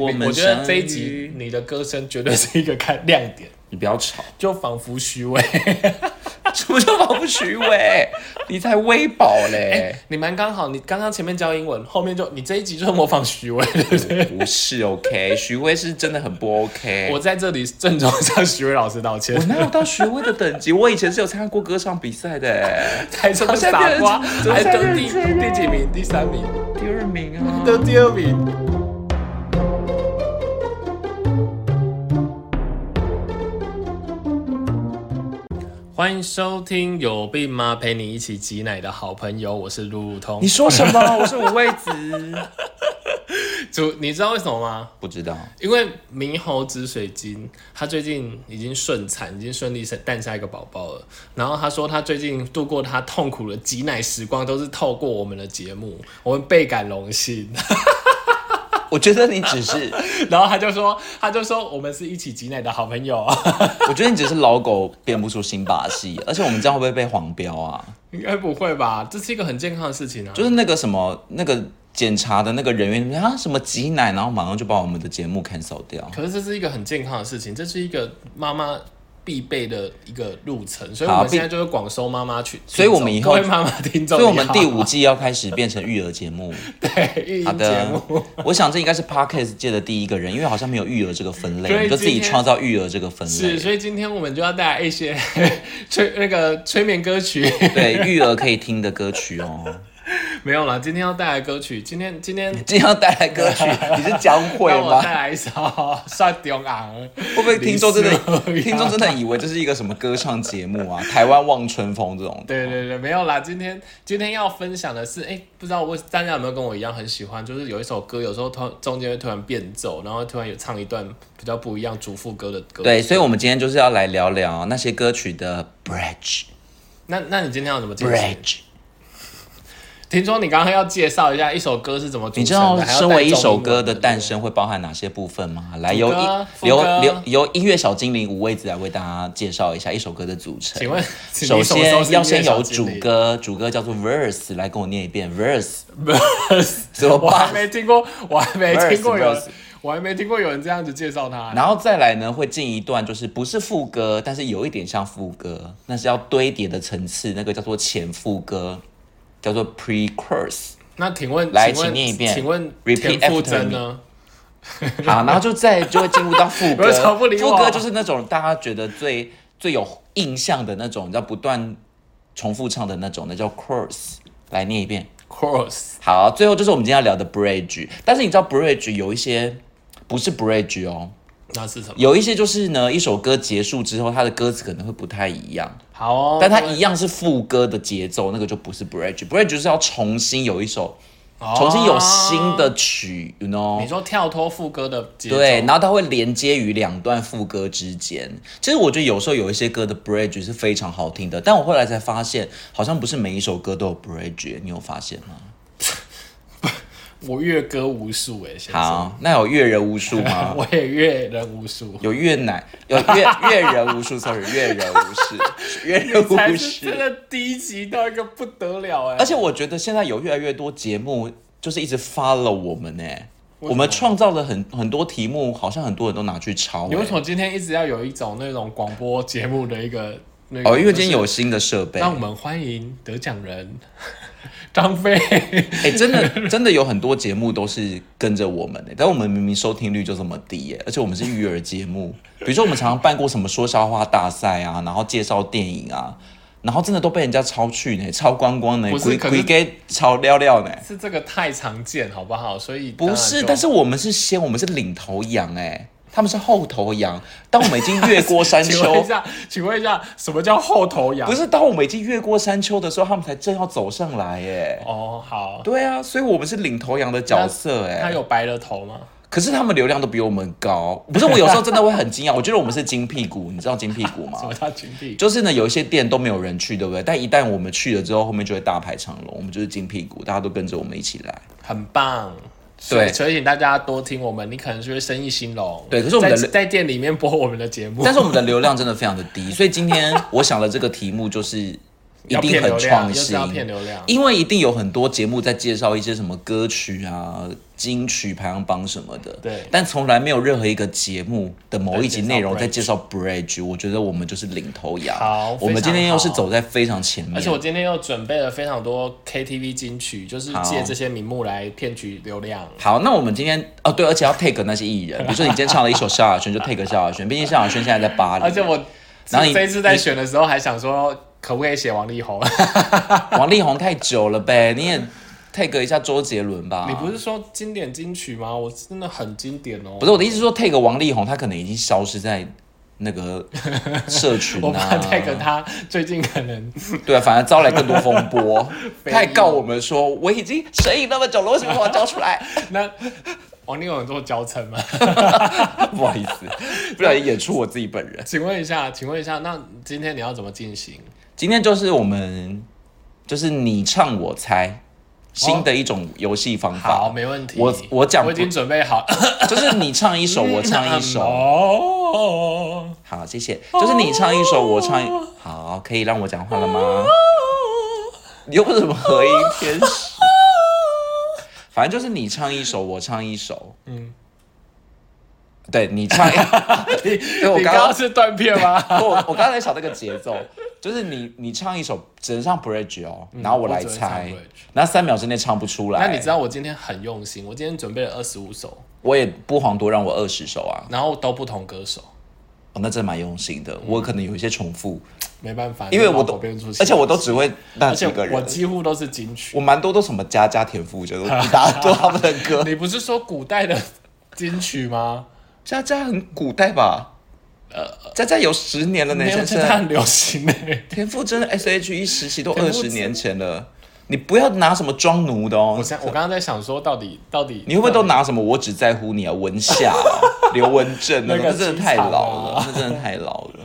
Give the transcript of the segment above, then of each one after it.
我我们觉得相这一集遇，你的歌声绝对是一个看亮点，你不要吵， 就仿佛虚伪。什么叫保不虚伪？你才微保哎、嘞！ 你们刚好，你刚刚前面教英文，后面就你这一集就是模仿徐 伟，对不对？不是 OK，徐威是真的很不 OK。我在这里郑重向徐伟老师道歉我，哪有到徐威的等级？我以前是有参加过歌唱比赛的、哎还这么傻瓜，好像变成还得第好像变成这第样几名？第三名，第二名啊！得第二名。欢迎收听《有病吗？陪你一起挤奶的好朋友》，我是路路 通你。说什么？我是五味子。主，你知道为什么吗？ 不知道，因为猕猴紫水晶，它最近已经顺产，已经顺利生诞下一个宝宝了。然后他说，他最近度过他痛苦的挤奶时光，都是透过我们的节目，我们倍感荣幸。我觉得你只是， 然后他就说，他就说我们是一起挤奶的好朋友，我觉得你只是老狗变不出新把戏，而且我们这样会不会被黄标啊？应该不会吧？这是一个很健康的事情啊。就是那个什么那个检查的那个人员啊，什么挤奶，然后马上就把我们的节目 cancel 掉。可是这是一个很健康的事情，这是一个妈妈必备的一个路程，所以好我们必现在就是广收妈妈群，所以我们听众以后各位妈妈听众所你好，以，我们第五季要开始变成育儿节 目。对运好营节的目。，我想这应该是 podcast 界的第一个人，因为好像没有育儿这个分类，所以我们就自今己天创造育儿这个分是，类。所以今天我们就要带来一 些催那个催眠歌曲，对，育儿可以听的歌曲哦。 没有啦，今天要带来歌曲，今天今天今天要带来歌 曲，你是将会让我吗？带来一首《刷中昂》，会不会听众真的李斯听众真的以为这是一个什么歌唱节目啊？ 台湾望春风这种的。 对对对，没有啦，今天今天要分享的是，哎、不知道我大家有没有跟我一样很喜欢，就是有一首歌，有时候突然中间会突然变奏，然后突然有唱一段比较不一样主副歌的歌。，对，所以，我们今天就是要来聊聊那些歌曲的 bridge 那那你今天要怎么解释？ bridge。听说你刚刚要介绍一下一首歌是怎么组你知成的，道还要身为带一首中英歌文的诞生会包含哪些部分吗？来，由主歌一副由歌由由音乐小精灵五味子来为大家介绍一下一首歌的组成对。不对。请问，首先要先有主歌。歌，主歌叫做 verse，来跟我念一遍 verse。 verse，怎么我办还没听过，我还没听过有 Verse，verse 人，我还没听过有人这样子介绍他。然后再来呢，会进一段就是不是副歌，但是有一点像副歌，那是要堆叠的层次，那个叫做前副歌，叫做 pre-chorus。那请问，来问请念一遍请问 Repeat 田馥 after 甄呢？ 好，然后就再就会进入到副歌为什么不，理我副歌就是那种大家觉得最最有印象的那种，你知道不断重复唱的那种，那叫 chorus。来念一遍。 Cross，好，最后就是我们今天要聊的 bridge，但是你知道 bridge 有一些不是 bridge 哦，那是什么？有一些就是呢，一首歌结束之后，它的歌词可能会不太一样，好哦，但它一样是副歌的节奏，那个就不是 bridge，bridge 就是要重新有一首，哦重新有新的曲，you know。你说跳脱副歌的节奏，对，然后它会连接于两段副歌之间。其实我觉得有时候有一些歌的 bridge 是非常好听的，但我后来才发现，好像不是每一首歌都有 bridge，你有发现吗？我阅歌无数哎，先生，好，那有阅人无数 吗？我也阅人无数，有阅奶，有阅阅人无数，sorry，阅人 无数，阅人才无是真数。的低级到一个不得了哎而。且我觉得现在有越来越多节目就是一直 follow 我们呢、么我们创造了很很多题目，好像很多人都拿去抄、你为欸什。么今天一直要有一种那种广播节目的一个那个？哦，因为今天有欸新的设备，让我们欢迎得奖人 张飞。 哎、真的真的有很多节目都是跟着我们的、但我们明明收听率就这么低耶、而且我们是育儿节 目，比如说我们常常办过什么说笑话大赛啊，然后介绍电影啊，然后真的都被人家抄去呢、抄光光呢、不是鬼可是鬼给抄料料呢、是这个太常见，好不好？所以不是，但是是我们是先，我们是领头羊哎、他们是后头羊。当我们已经越过山 请问丘一，下，请问一下，什么叫后头羊？不是，当我们已经越过山丘的时候，他们才正要走上来哎、哦，好，对啊，所以我们是领头羊的角色哎、他有白了头吗？可是他们流量都比我们高，不是我有时候真的会很惊讶，我觉得我们是金屁股，你知道金屁股什吗 么？叫群体？就是呢，有一些店都没有人去，对不对？但一旦我们去了之后，后面就会大排长龙，我们就是金屁股，大家都跟着我们一起来。很棒。所对以所以请大家多听我们，你可能就会生意兴隆。对可是我们的在在店里面播我们的节目但，是我们的流量真的非常的低，所以今天我想的这个题目就是一要定骗很流量，创又是新要，骗流量。因为一定有很多节目在介绍一些什么歌曲啊、金曲排行榜什么的，对但从来没有任何一个节目的某一集内容在在介绍 Bridge，我觉得我们就是领头羊。好我们今天非常又是好走在非常前面，而且我今天又准备了非常多 KTV 金曲，就是借这些名目来骗取流量。好，那我们今天哦对，而且要 take 那些艺 人，比如说你今天唱了一首萧亚轩，就 take 萧亚轩，毕竟萧亚轩现在在巴黎。而且我然后你这次在选的时候还想说，可不可以写王力宏？王力宏太久了呗，你也 take 一下周杰伦吧。你不是说经典金曲吗？我真的很经典哦。不是我的意思是说 take 王力宏，他可能已经消失在那 个社群我怕啊。泰克他最近可能对啊，反而招来更多风波。 非议他还告我们说我已经神隐那么久了，为什么把我交出来？那王力宏有做交称吗？ 不好意思，不小心演出我自己本人。请问一下，请问一下，那今天你要怎么进行？今天就是我们就是你唱我猜。新的一种游戏方法，好，没问题。我我讲我已经准备好，就是你唱一首，我唱一 嗯首。哦，好，谢谢。就是你唱一首，我唱一。好，可以让我讲话了吗？你又不是什么和音天使。反正就是你唱一首，我唱一首。嗯。对你唱，你 对我你刚刚刚刚是断 片吗？ 我我刚才想那个节奏， 就是你你唱一首，只能唱 bridge 哦，然后我来嗯我只能唱猜 bridge，然后三秒之内唱不出来。那你知道我今天很用心，我今天准备了二十五首，我也不遑多让我二十首啊，然后都不同歌手，哦，那真的蛮用心嗯的。我可能有一些重复，没办法，因为我都都编出，而且我都只会那而且几个人。我几乎都是金曲。我蛮多都什么家家田馥甄，我 一大多他们的 歌。你不是说古代的金 曲吗？家家很古代吧？呃，家家有十年了呢，没有，先现在生。很流行 诶。田馥甄的 S.H.E 时期都田馥二甄十年前了，你不要拿什么装奴的哦我。现在我刚刚在想说，到底到底你会不会都拿什么我只在乎你啊？文夏啊、 刘文正啊，那个那真的太老清了，那真的太老了。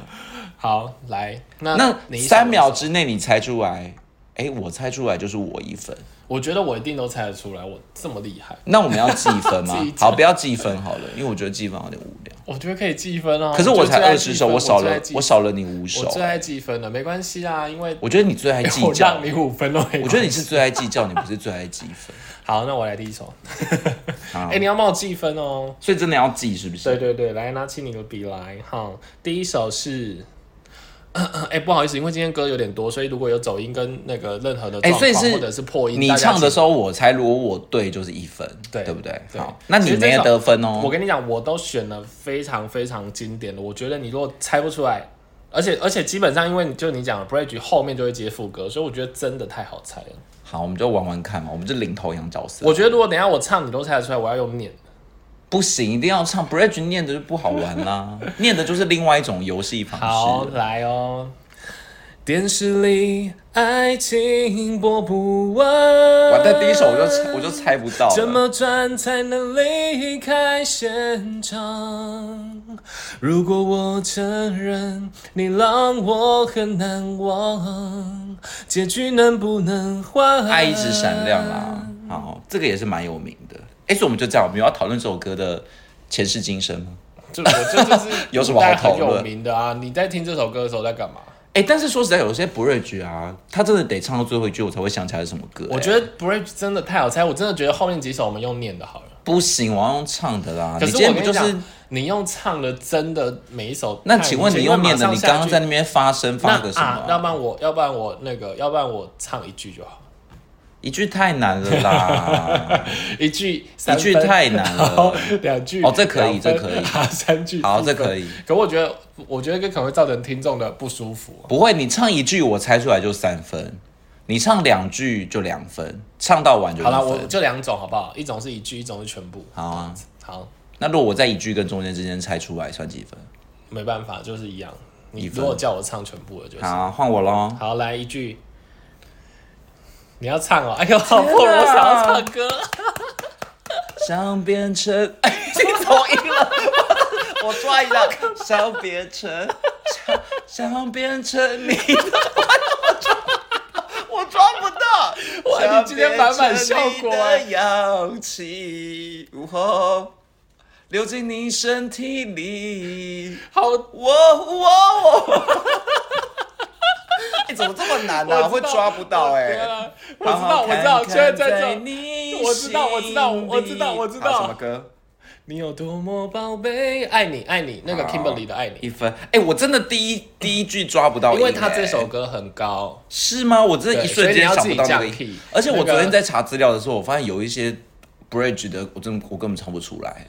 好来？ 那那你三秒想一想，之内你猜出来，哎，我猜出来就是我一分。我觉得我一定都猜得出来，我这么厉害，那我们要计 分吗自己？讲好，不要计分好了，因为我觉得计分有点无聊。我觉得可以计分哦。可是我才就最爱二计十分首，我我少最了爱计我少了你五首我。最爱计分了，没关系啊，因为我觉得你最爱计 我较让，你五分都没关系。我觉得你是最爱计较，你不是最爱计分。 好，那我来第一首。好 哎、你要帮我计分哦。所以真的要记是不对是？对对，来拿起你的笔来哈。第一首是， 哎、不好意思，因为今天歌有点多，所以如果有走音跟那个任何的状哎况、所以是或者是破音，你大家唱的请时候我猜，如果我对就是一分，对不对？对好，那其你实这没有首得分我哦。跟你讲，我都选了非常非常经典的，我觉得你如果猜不出来，而且而且基本上因为你就你讲了 bridge 后面就会接副歌，所以我觉得真的太好猜了。好，我们就玩玩看嘛，我们就领头羊角色。我觉得如果等一下我唱你都猜得出来，我要用念的。不行，一定要唱 bridge，念的就不好玩 啦，念的就是另外一种游戏方好，式了。来哦。电视里爱情播不完，我在第一首我就猜我就猜不到怎了，么转才能离开现场？如果我承认你让我很难忘，结局能不能换？爱一直闪亮啊。好，这个也是蛮有名的。哎，所以我们就这样，我们有要讨论这首歌的前世今生吗？就我这就是 有什么好讨论古代很有名的啊！你在听这首歌的时候在干嘛？哎、但是说实在，有些 bridge 啊，他真的得唱到最后一句，我才会想起来是什么歌、我觉得得 Bridge 真的太好猜，我真的觉得后面几首我们用念的好了。不行，我要用唱的啦。啊可你是今我天跟不你就讲，是你？用唱的真的每一首太，那请问你用念的，马你上下刚刚去在那边发声那发个什么啊？？要不然我，要不然我那个，要不然我唱一句就好，一句太难了啦，一句一句太难 好了。，两句哦这可以两分这可以好三句好，四这分可以。可我觉得，我觉得这可能会造成听众的不舒服。不会，你唱一句我猜出来就三分，你唱两句就两分，唱到完就好了，一我分。就两种好不好？一种是一句，一种是全部。好啊这样子，好，那如果我在一句跟中间之间猜出来，算几分？没办法，就是一样。你一分如果叫我唱全部的，就是好，换我喽。好来一句。你要唱哦！哎呦，好破我想要唱歌。想变成， 哎，你走音了， 我抓一下，想变成，想想变成你的，我抓不到，我抓不到，哇你今天满满效果哎想变成你的氧气，午后流进你身体里，好， 我我我，哎怎么这么难我知呢、道会抓不到哎、我知道，我知道，好好看看我知道，现在在在这。你我知道我知道我知道心里我知道好什么歌？你有多么宝贝，爱你爱你，那个好 Kimberly 的爱你，一分。哎、我真的第一第一句抓不到音、因为他这哎首歌很高，是吗？我真的对一瞬间想不到那所以你个要自己降 key 音。而且我昨那个天在查资料的时候，我发现有一些 bridge 的，我真的我根本唱不出来。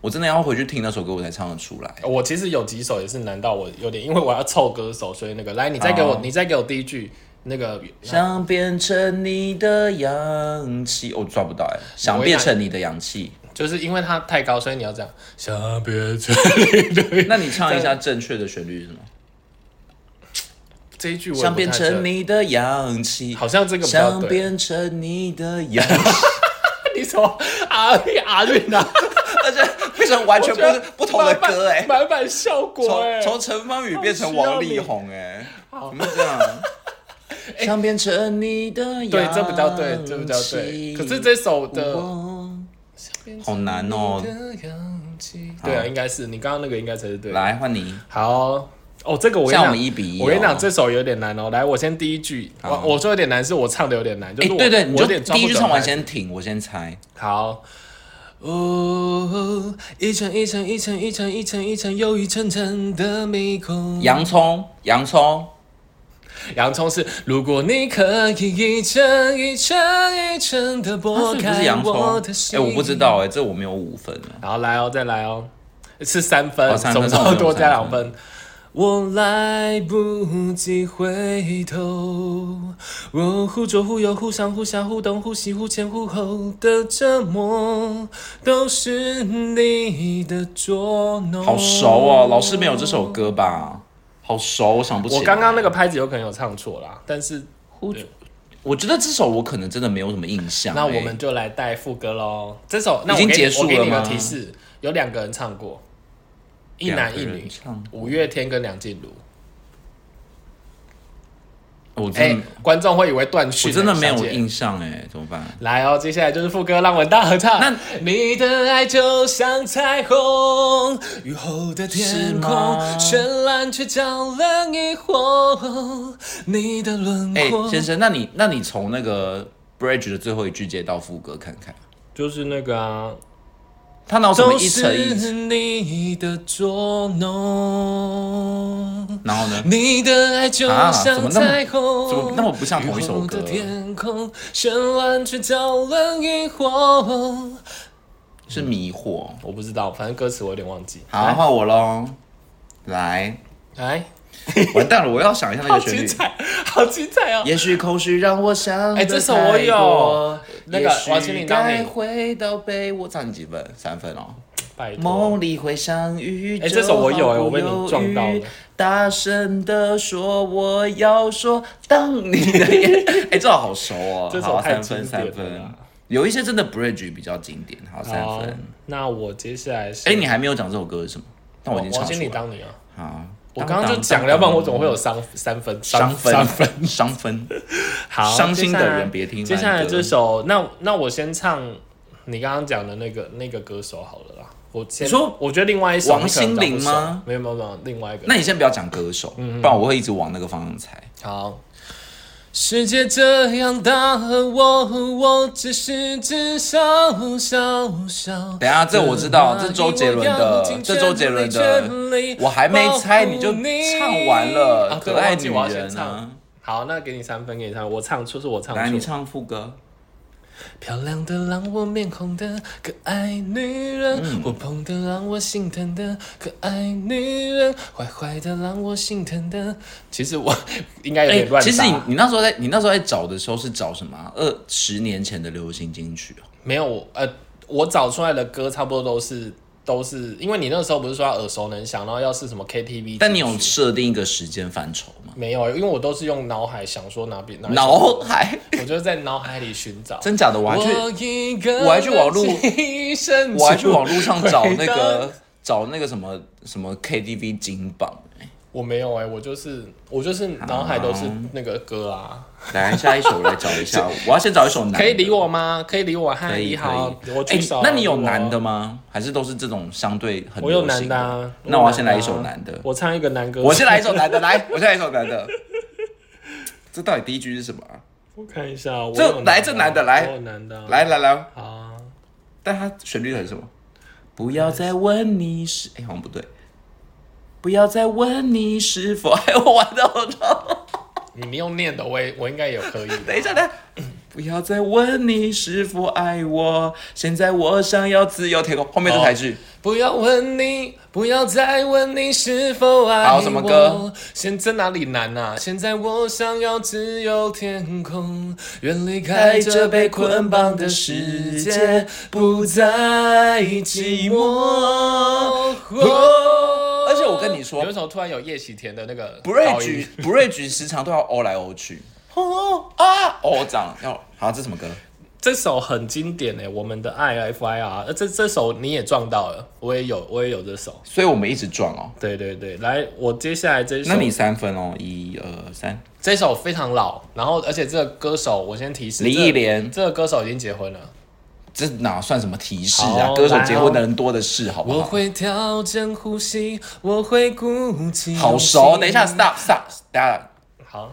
我真的要回去听那首歌，我才唱得出来。我其实有几首也是难到我有点，因为我要凑歌手，所以那个来，你再给我好，你再给我第一句那个，想变成你的氧气，我、抓不到哎、想变成你的氧气，就是因为它太高，所以你要这样。想变成那你唱一下正确的旋律是什么？这一句我也想不太变知道成，你的氧气，好像这个比较想对。变成你的 氧气，你什么阿韵阿韵啊？而且变成完全不是不同的歌哎、满满效果哎、从从陈芳宇变成王力宏哎、怎么这 样？想变成你的对，这比较对，这比较对。可是这首的好难哦想变成你的氧气对啊，好应该是你刚刚那个应该才是对的。来换你，好哦，这个我跟你像讲我们一比一哦我跟你讲，这首有点难哦。来，我先第一句，我我说有点难，是我唱的有点难，就哎、是我、对对，你我就有点抓第不一句准唱完拍子先停，我先猜。好。哦，一层一层一层一层一层一层又一层层的迷宫。洋葱，洋葱，洋葱是，如果你可以一层一层一层的剥这不是开洋葱我的，哎、心。我不知。道哎、这我没有五分啊。然后来哦，再来哦，是三分，哦三分总共多加两三分。我来不及回头，我忽左忽右，忽上忽下，忽东忽西，忽前忽后的折磨，都是你的捉弄。好熟哦，老师没有这首歌吧？好熟，我想不起来。我刚刚那个拍子有可能有唱错啦，但是忽，我觉得这首我可能真的没有什么印象、那哎我们就来带副歌喽。这首那我已经给你结束我给了你个吗提示，有两个人唱过，一两男个一人女唱，过五月天跟梁静茹。我哎、真的、观众会以为断嗯续、我真的没有小姐印象哎、怎 么办？来哦，接下来就是副歌，让我们大合唱。那你的爱就像彩虹，雨后的是天空，吗绚烂却照亮疑惑。你的轮哎、廓，先生，那你那你从那个 bridge 的最后一句接到副歌看看，就是那个啊，他哪有什么都一层一是层？你的捉弄。然后呢？你的爱就啊怎像么那么彩虹，怎么那么不像同一首雨后的歌天空绚烂却照亮疑惑。是迷 惑。我不知道，反正歌词我有点忘记。好，换我喽。 来，来，完蛋了，我要想一下那哎好个旋精律。彩，好精彩哦！也许空虚让我想得哎这首我太有多那个也许王心凌当你该回到被窝，唱你几分？三分哦。拜托，梦里会相遇。哎这首我有哎我被你撞到了。大声的说，我要说，当你的眼。 哎、这首好熟哦。 这首好太三分，经典三了分啦。哦有一些真的 bridge 比较经典，好三好分。，那我接下来是，哎、你还没有讲这首歌是什么？但我已经唱王出心来凌了。当你啊，好，我刚刚就讲了，要不然我怎么会有三三分？伤分？三分。伤分。 好，伤心的人接下来别听接下来慢歌这首，那那我先唱你刚刚讲的那个那个歌手好了啦。我先你说我觉得另外一首王心凌吗？你可能找不熟没有没有没有，另外一个。那你先不要讲歌手，嗯不然我会一直往那个方向猜。好。世界这样大，而我我只是只小小小。等一下，这我知道，这周杰伦的，这周杰伦的，我还没猜你就唱完了啊《对可爱忘记女我要先人》唱啊。好，那给你三分，给你三分，我唱出是我唱来，你出。唱副歌。漂亮的让我面红的可爱女人，嗯我碰的让我心疼的可爱女人，坏坏的让我心疼的。其实我应该有点乱打。哎其实你你那时候在你那时候在找的时候是找什么啊？二十年前的流行金曲哦。没有，呃，我找出来的歌差不多都是都是，因为你那时候不是说要耳熟能详，然后要是什么 KTV，但你有进去设定一个时间范畴吗？没有？因为我都是用脑海想说哪边哪一首脑歌，海，我就是在脑海里寻找。 真假的？我还去我一个人我还去网络寄生我还去网络上找那回到个找那个什么什么 KTV 金榜、欸我没有哎、我就是我就是脑海都是那个歌啊，来下一首，我来找一 下，我要先找一首男的。可以理我吗？可以理我，嗨，可以你好，可以我哎举手、那你有男男的？吗？还是都是这种相对很我有流行男的、啊，那我要先来一有首男男的我唱一个男歌， 我先来一首男的，来，我先来一首男的。这到底第一句是什么啊？我看一下，我这有来这到男的来我有男的啊，来来哦来，好啊，但它旋律很什么？不要再问你是，哎、好像不对。不要再问你是否 爱我，玩到我你们用念的，我也我应该也可以。 等一下，等一下。 不要再问你是否爱我，现在我想要自由天空。后面这台剧，不要问你，不要再问你是否爱我。好什么歌？现在哪里难啊？现在我想要自由天空，远离在开这这被被捆捆绑绑的的世世界界，不再寂寞。哦而且我跟你说有一首突然有叶启田的那个不瑞导局 引，不瑞局时常都要欧来欧去，哦啊，哦这样要好，这什么歌？这首很经典欸诶，我们的爱 F I R，呃这这首你也撞到了，我也有，我也有这首。所以我们一直撞哦。对对对，来，我接下来这首，那你三分哦，一二三，这首非常老，然后而且这个歌手，我先提示，李忆莲这个，这个歌手已经结婚了。这哪算什么提示啊？好哦歌手结婚的人多的是，好不我好？会调整呼吸，我会鼓起。好熟，等一下。，stop stop，等一下，好，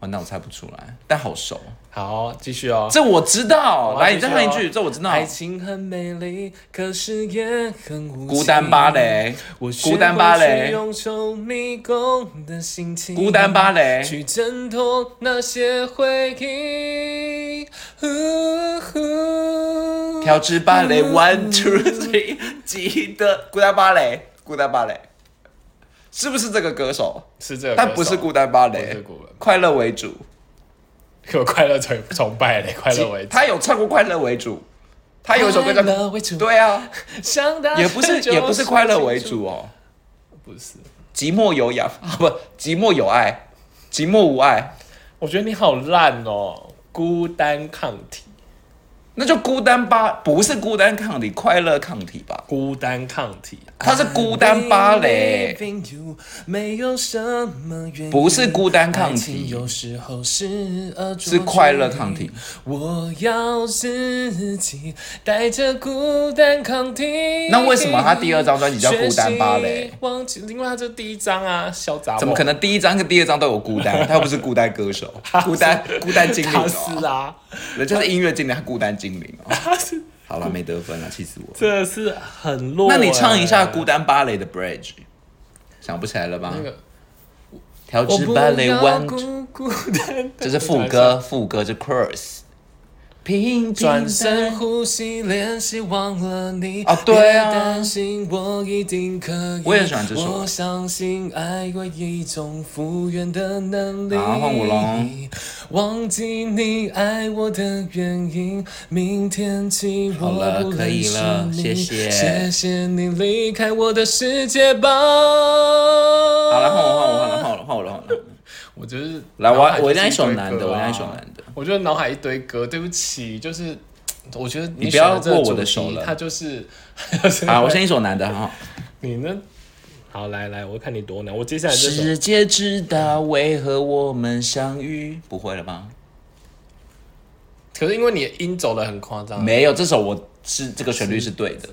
完蛋，我猜不出来，但好熟，好，继续哦。这我知道。我要来，继你续再唱一哦句，这我知道。爱情很美丽，可是也很无情。孤单芭，蕾，我学孤单芭会去蕾，用受迷宫的心情。孤单芭蕾去挣脱那些回忆。呜呼调制芭 蕾，one two three，记得孤单芭蕾，孤单芭蕾，是不是这个歌手？是这个歌手，但不是孤单芭蕾不是孤单，快乐为主。有快乐崇崇拜嘞，快乐为主。他有唱过快乐为主，他有一首歌叫快乐为主对啊，想当也不是 就也不是快乐为主哦，不是。寂寞有氧 啊不，寂寞有爱，寂寞无爱，我觉得你好烂哦，孤单抗体，那就孤单芭不是孤单抗体，快乐抗体吧？孤单抗体，他是孤单芭蕾，没有什么原因不是孤单抗体爱情有时候是恶作剧是快乐抗体。我要自己带着孤单抗体。那为什么他第二张专辑叫孤单芭蕾学习？忘记，因为他这第一张啊，小杂。怎么可能第一张跟第二张都有孤单？他又不是孤单歌手，孤单孤单精灵他是哦，啊，人家是音乐精灵，他孤单精灵哦。他是好了，没得分了，气死我了。这是很弱、那你唱一下欸孤单芭蕾的 Bridge，想不起来了吧那？个调我制不芭蕾要 One，孤孤单单这是副歌，副歌是 Chorus。平转平身身，呼吸，练习忘了你。啊对啊别担心，我一定可以。我也喜欢这首我相信爱有一种复原的能力。好换我喽忘记你爱我的原因，明天起我好了不可以认识了你。谢谢谢谢你离开我的世界吧。好好了，换我，换我，换我，换我了，换我了，换我了。我就是来，脑海我就是我那一首堆男歌的，我啊那一首男的。我觉得脑海一堆歌，对不起，就是我觉得你不选要的这个握我的主题手了它就是， 好，我先一首男的哈。 你呢？好，来来，我看你多难。我接下来这首世界知道为何我们相遇，不会了吧？可是因为你的音走的很夸张，嗯没有，这首我是这个旋律是对的。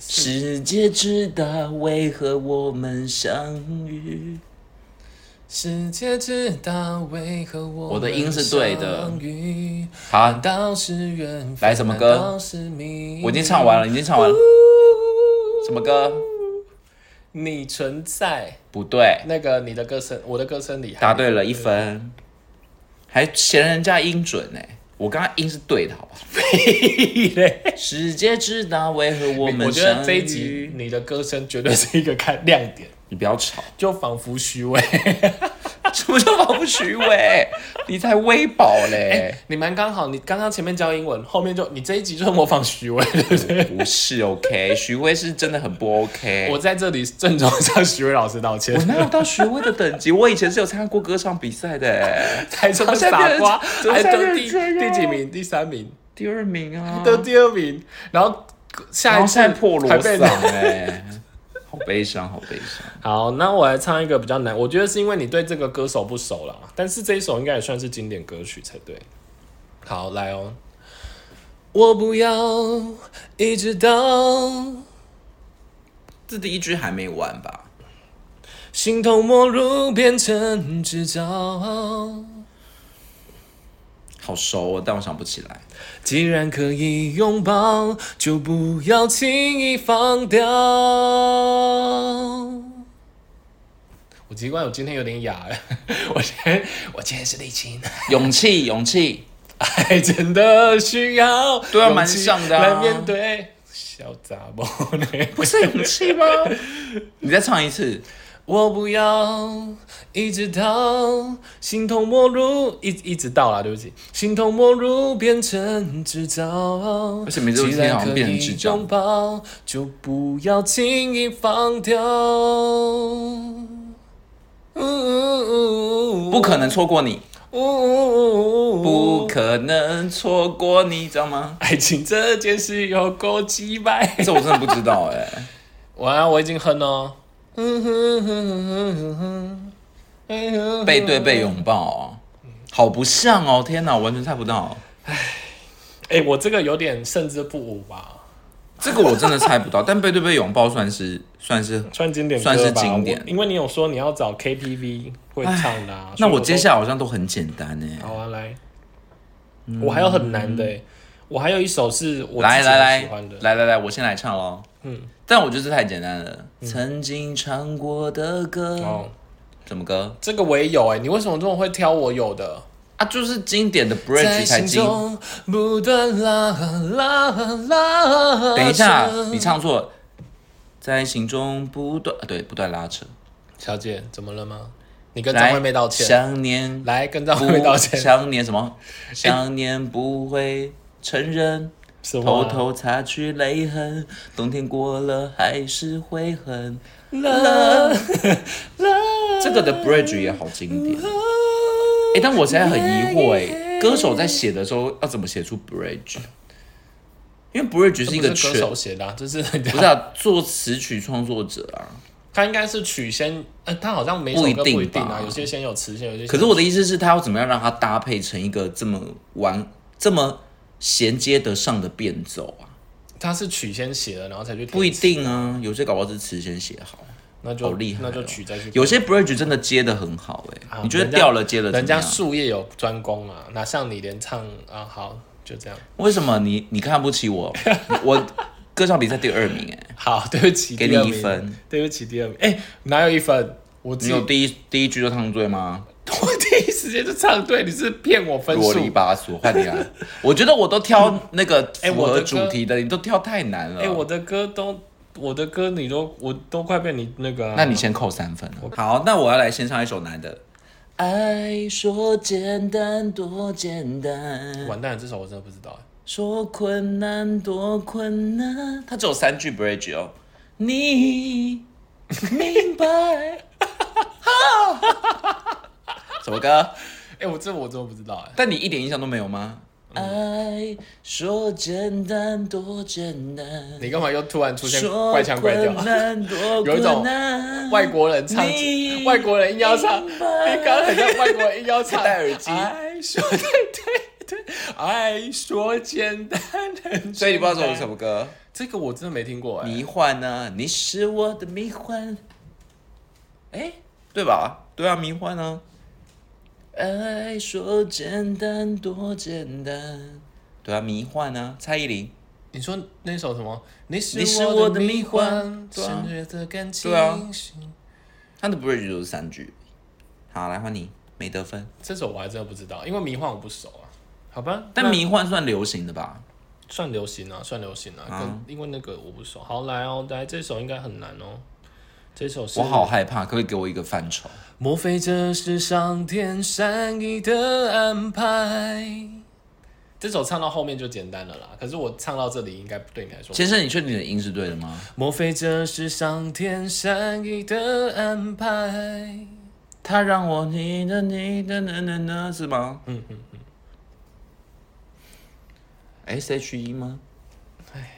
世界知道为何我们相遇，世界知道为何我我的音们是对的相遇好，到是缘分，来什么歌难道是命运我已经唱完了，你已经唱完了。什么歌？你存在，不对，那个你的歌声，我的歌声里答对了一分，还嫌人家音准呢、我刚刚音是对的，好不好？ 世界知道为何我我们觉相遇。得这一集你的歌声绝对是一个看亮点，你不要吵，就仿佛虚伪。 什么叫保不虚伪？你才微保嘞！你们刚好，你刚刚前面教英文，后面就你这一集就是模仿徐伟，对不 对？不是 OK，徐 威是真的很不 OK。我在这里郑重向徐伟老师道歉我。哪有到学位的等级？我以前是有参加过歌唱比赛的、欸，才这么好像傻瓜，变成还得第怎么现在变成这第样几名？第三名， 第二名啊，得第二名，然后下然一后次现在破锣还被嗓哎、好悲伤，好悲伤。 好，那我来唱一个比较难，我觉得是因为你对这个歌手不熟啦，但是这一首应该也算是经典歌曲才对。好，来哦。我不要一直到这第一句还没完吧？形同陌路变成只骄傲。好熟哦，但我想不起来。既然可以拥抱，就不要轻易放掉。我奇怪，我今天有点哑哎，我今天我今天是沥青，勇气，勇气，爱真的需要对啊勇蛮气像的啊来面对小杂包呢。不是勇气吗？ 你再唱一次。我不要一直到形同陌路，一一直到啦，对不起，形同陌路变成至骄傲，而且每次都听好像变成智既然障可以拥抱就不要轻易放掉。不不可，能错过你，不不，可能错过你，知道吗？爱情这件事有够鸡掰。这我真的不知道哎、 晚安，我已经哼了哦。嗯哼哼哼哼哼嗯哼嗯哼背对背拥抱、哦，好不像哦！天哪，我完全猜不到，哎、我这个有点甚至不武吧，这个我真的猜不到。但 背对背拥抱算是算是，算经典歌吧算是经典我因为你有说你要找 KTV 会唱的、啊，那所以我都接下来好像都很简单哎、好啊，来，我还有很难的、欸我还有一首是我嗯来自己来很来喜欢的，来来来，我先来唱喽。嗯，但我觉得这太简单了。曾经唱过的歌，嗯哦，什么歌这个我也有哎、你为什么这么会挑我有的？啊？就是经典的在 bridge 才心经。中不断拉拉拉，等一下，你，唱错了，在心中不断啊对不断拉扯，小姐怎么了吗？你跟张来惠妹道歉，想念来跟张惠妹道歉，想念什么？想念不会承认，什么偷啊偷擦去泪痕，冬天过了还是会痕。啦 这个的 bridge 也好经典。 哎、但我现在很疑惑、哎，歌手在写的时候要怎么写出 bridge？因为 bridge 是一个这不全歌，手写的、啊，这是 人 不是家啊，作词曲创作者啊。他应该是曲先，呃，他好像每首不一歌定不一定啊吧，有些先有词先有些先。可是我的意思是，他要怎么样让它搭配成一个这么完、这么衔接得上的变奏啊？他是曲先写了，然后才去填不一词，定啊，有些搞不好是词先写好，那就好厉害哦那就曲再去。有些 bridge 真的接的很好哎、啊你觉得人家掉了接了怎人么样家术业有专攻啊，哪像你连唱啊？好，就这样。为什么你你看不起我？ 我歌唱比赛第二名哎、好，对不起，给第二你一名分，对不起，第二名。哎、哪有一分？我只你有第一第一句就唱醉吗？ 我第一时间就唱对，你是骗我分啰数里。吧嗦，快点啊！ 我觉得我都挑那个 哎符我的合歌主题的，你都挑太难了。哎、我的歌都，我的歌你都，我都快被你那个、啊。那你先扣三分啊。好，那我要来先唱一首男的。爱说简单多简单，完蛋了，这首我真的不知道哎。 说困难多困难。它只有三句 bridge 哦。你明白？ 什么歌？哎、我这我真的不知道哎、但你一点印象都没有吗？嗯爱说简单多简单，你干嘛又突然出现说怪腔怪调？困难多有一种困难外国人唱你，外国人硬要唱，明你白刚刚很像外国人硬要 唱，戴耳机爱说对对对，爱说简单很所以你不知道这首简单是什么歌？这个我真的没听过哎、迷幻啊，你是我的迷幻。哎，对吧？对啊，迷幻啊。爱说简单多简单，对啊，迷幻啊，蔡依林。你说那首什么？你是你是我我的迷迷幻幻，对啊深夜的感情。对啊他的 bridge 就是三句。好，来换你，没得分。这首我还真的不知道，因为迷幻我不熟啊。好吧，但那迷幻算流行的吧？算流行啊，算流行啊，啊跟因为那个我不熟。好来哦，来这首应该很难哦。这首是我好害怕，可不可以给我一个范畴？莫非这是上天善意的安排？这首唱到后面就简单了啦，可是我唱到这里应该对你来说，先生，你确定你的音是对的吗？莫非这是上天善意的安排？他让我你的你的那那那是吗？嗯嗯嗯。S H E 吗？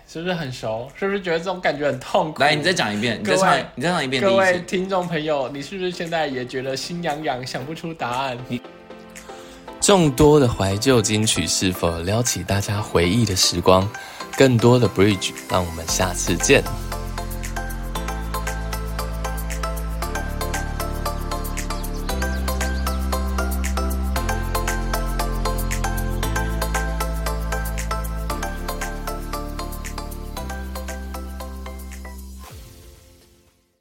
是不是很熟？是不是觉得这种感觉很痛苦？来，你再讲一遍，你再各位唱一，你再唱一遍第各一位次。听众朋友，你是不是现在也觉得心痒痒，想不出答案？众多的怀旧金曲是否撩起大家回忆的时光？更多的 Bridge，让我们下次见，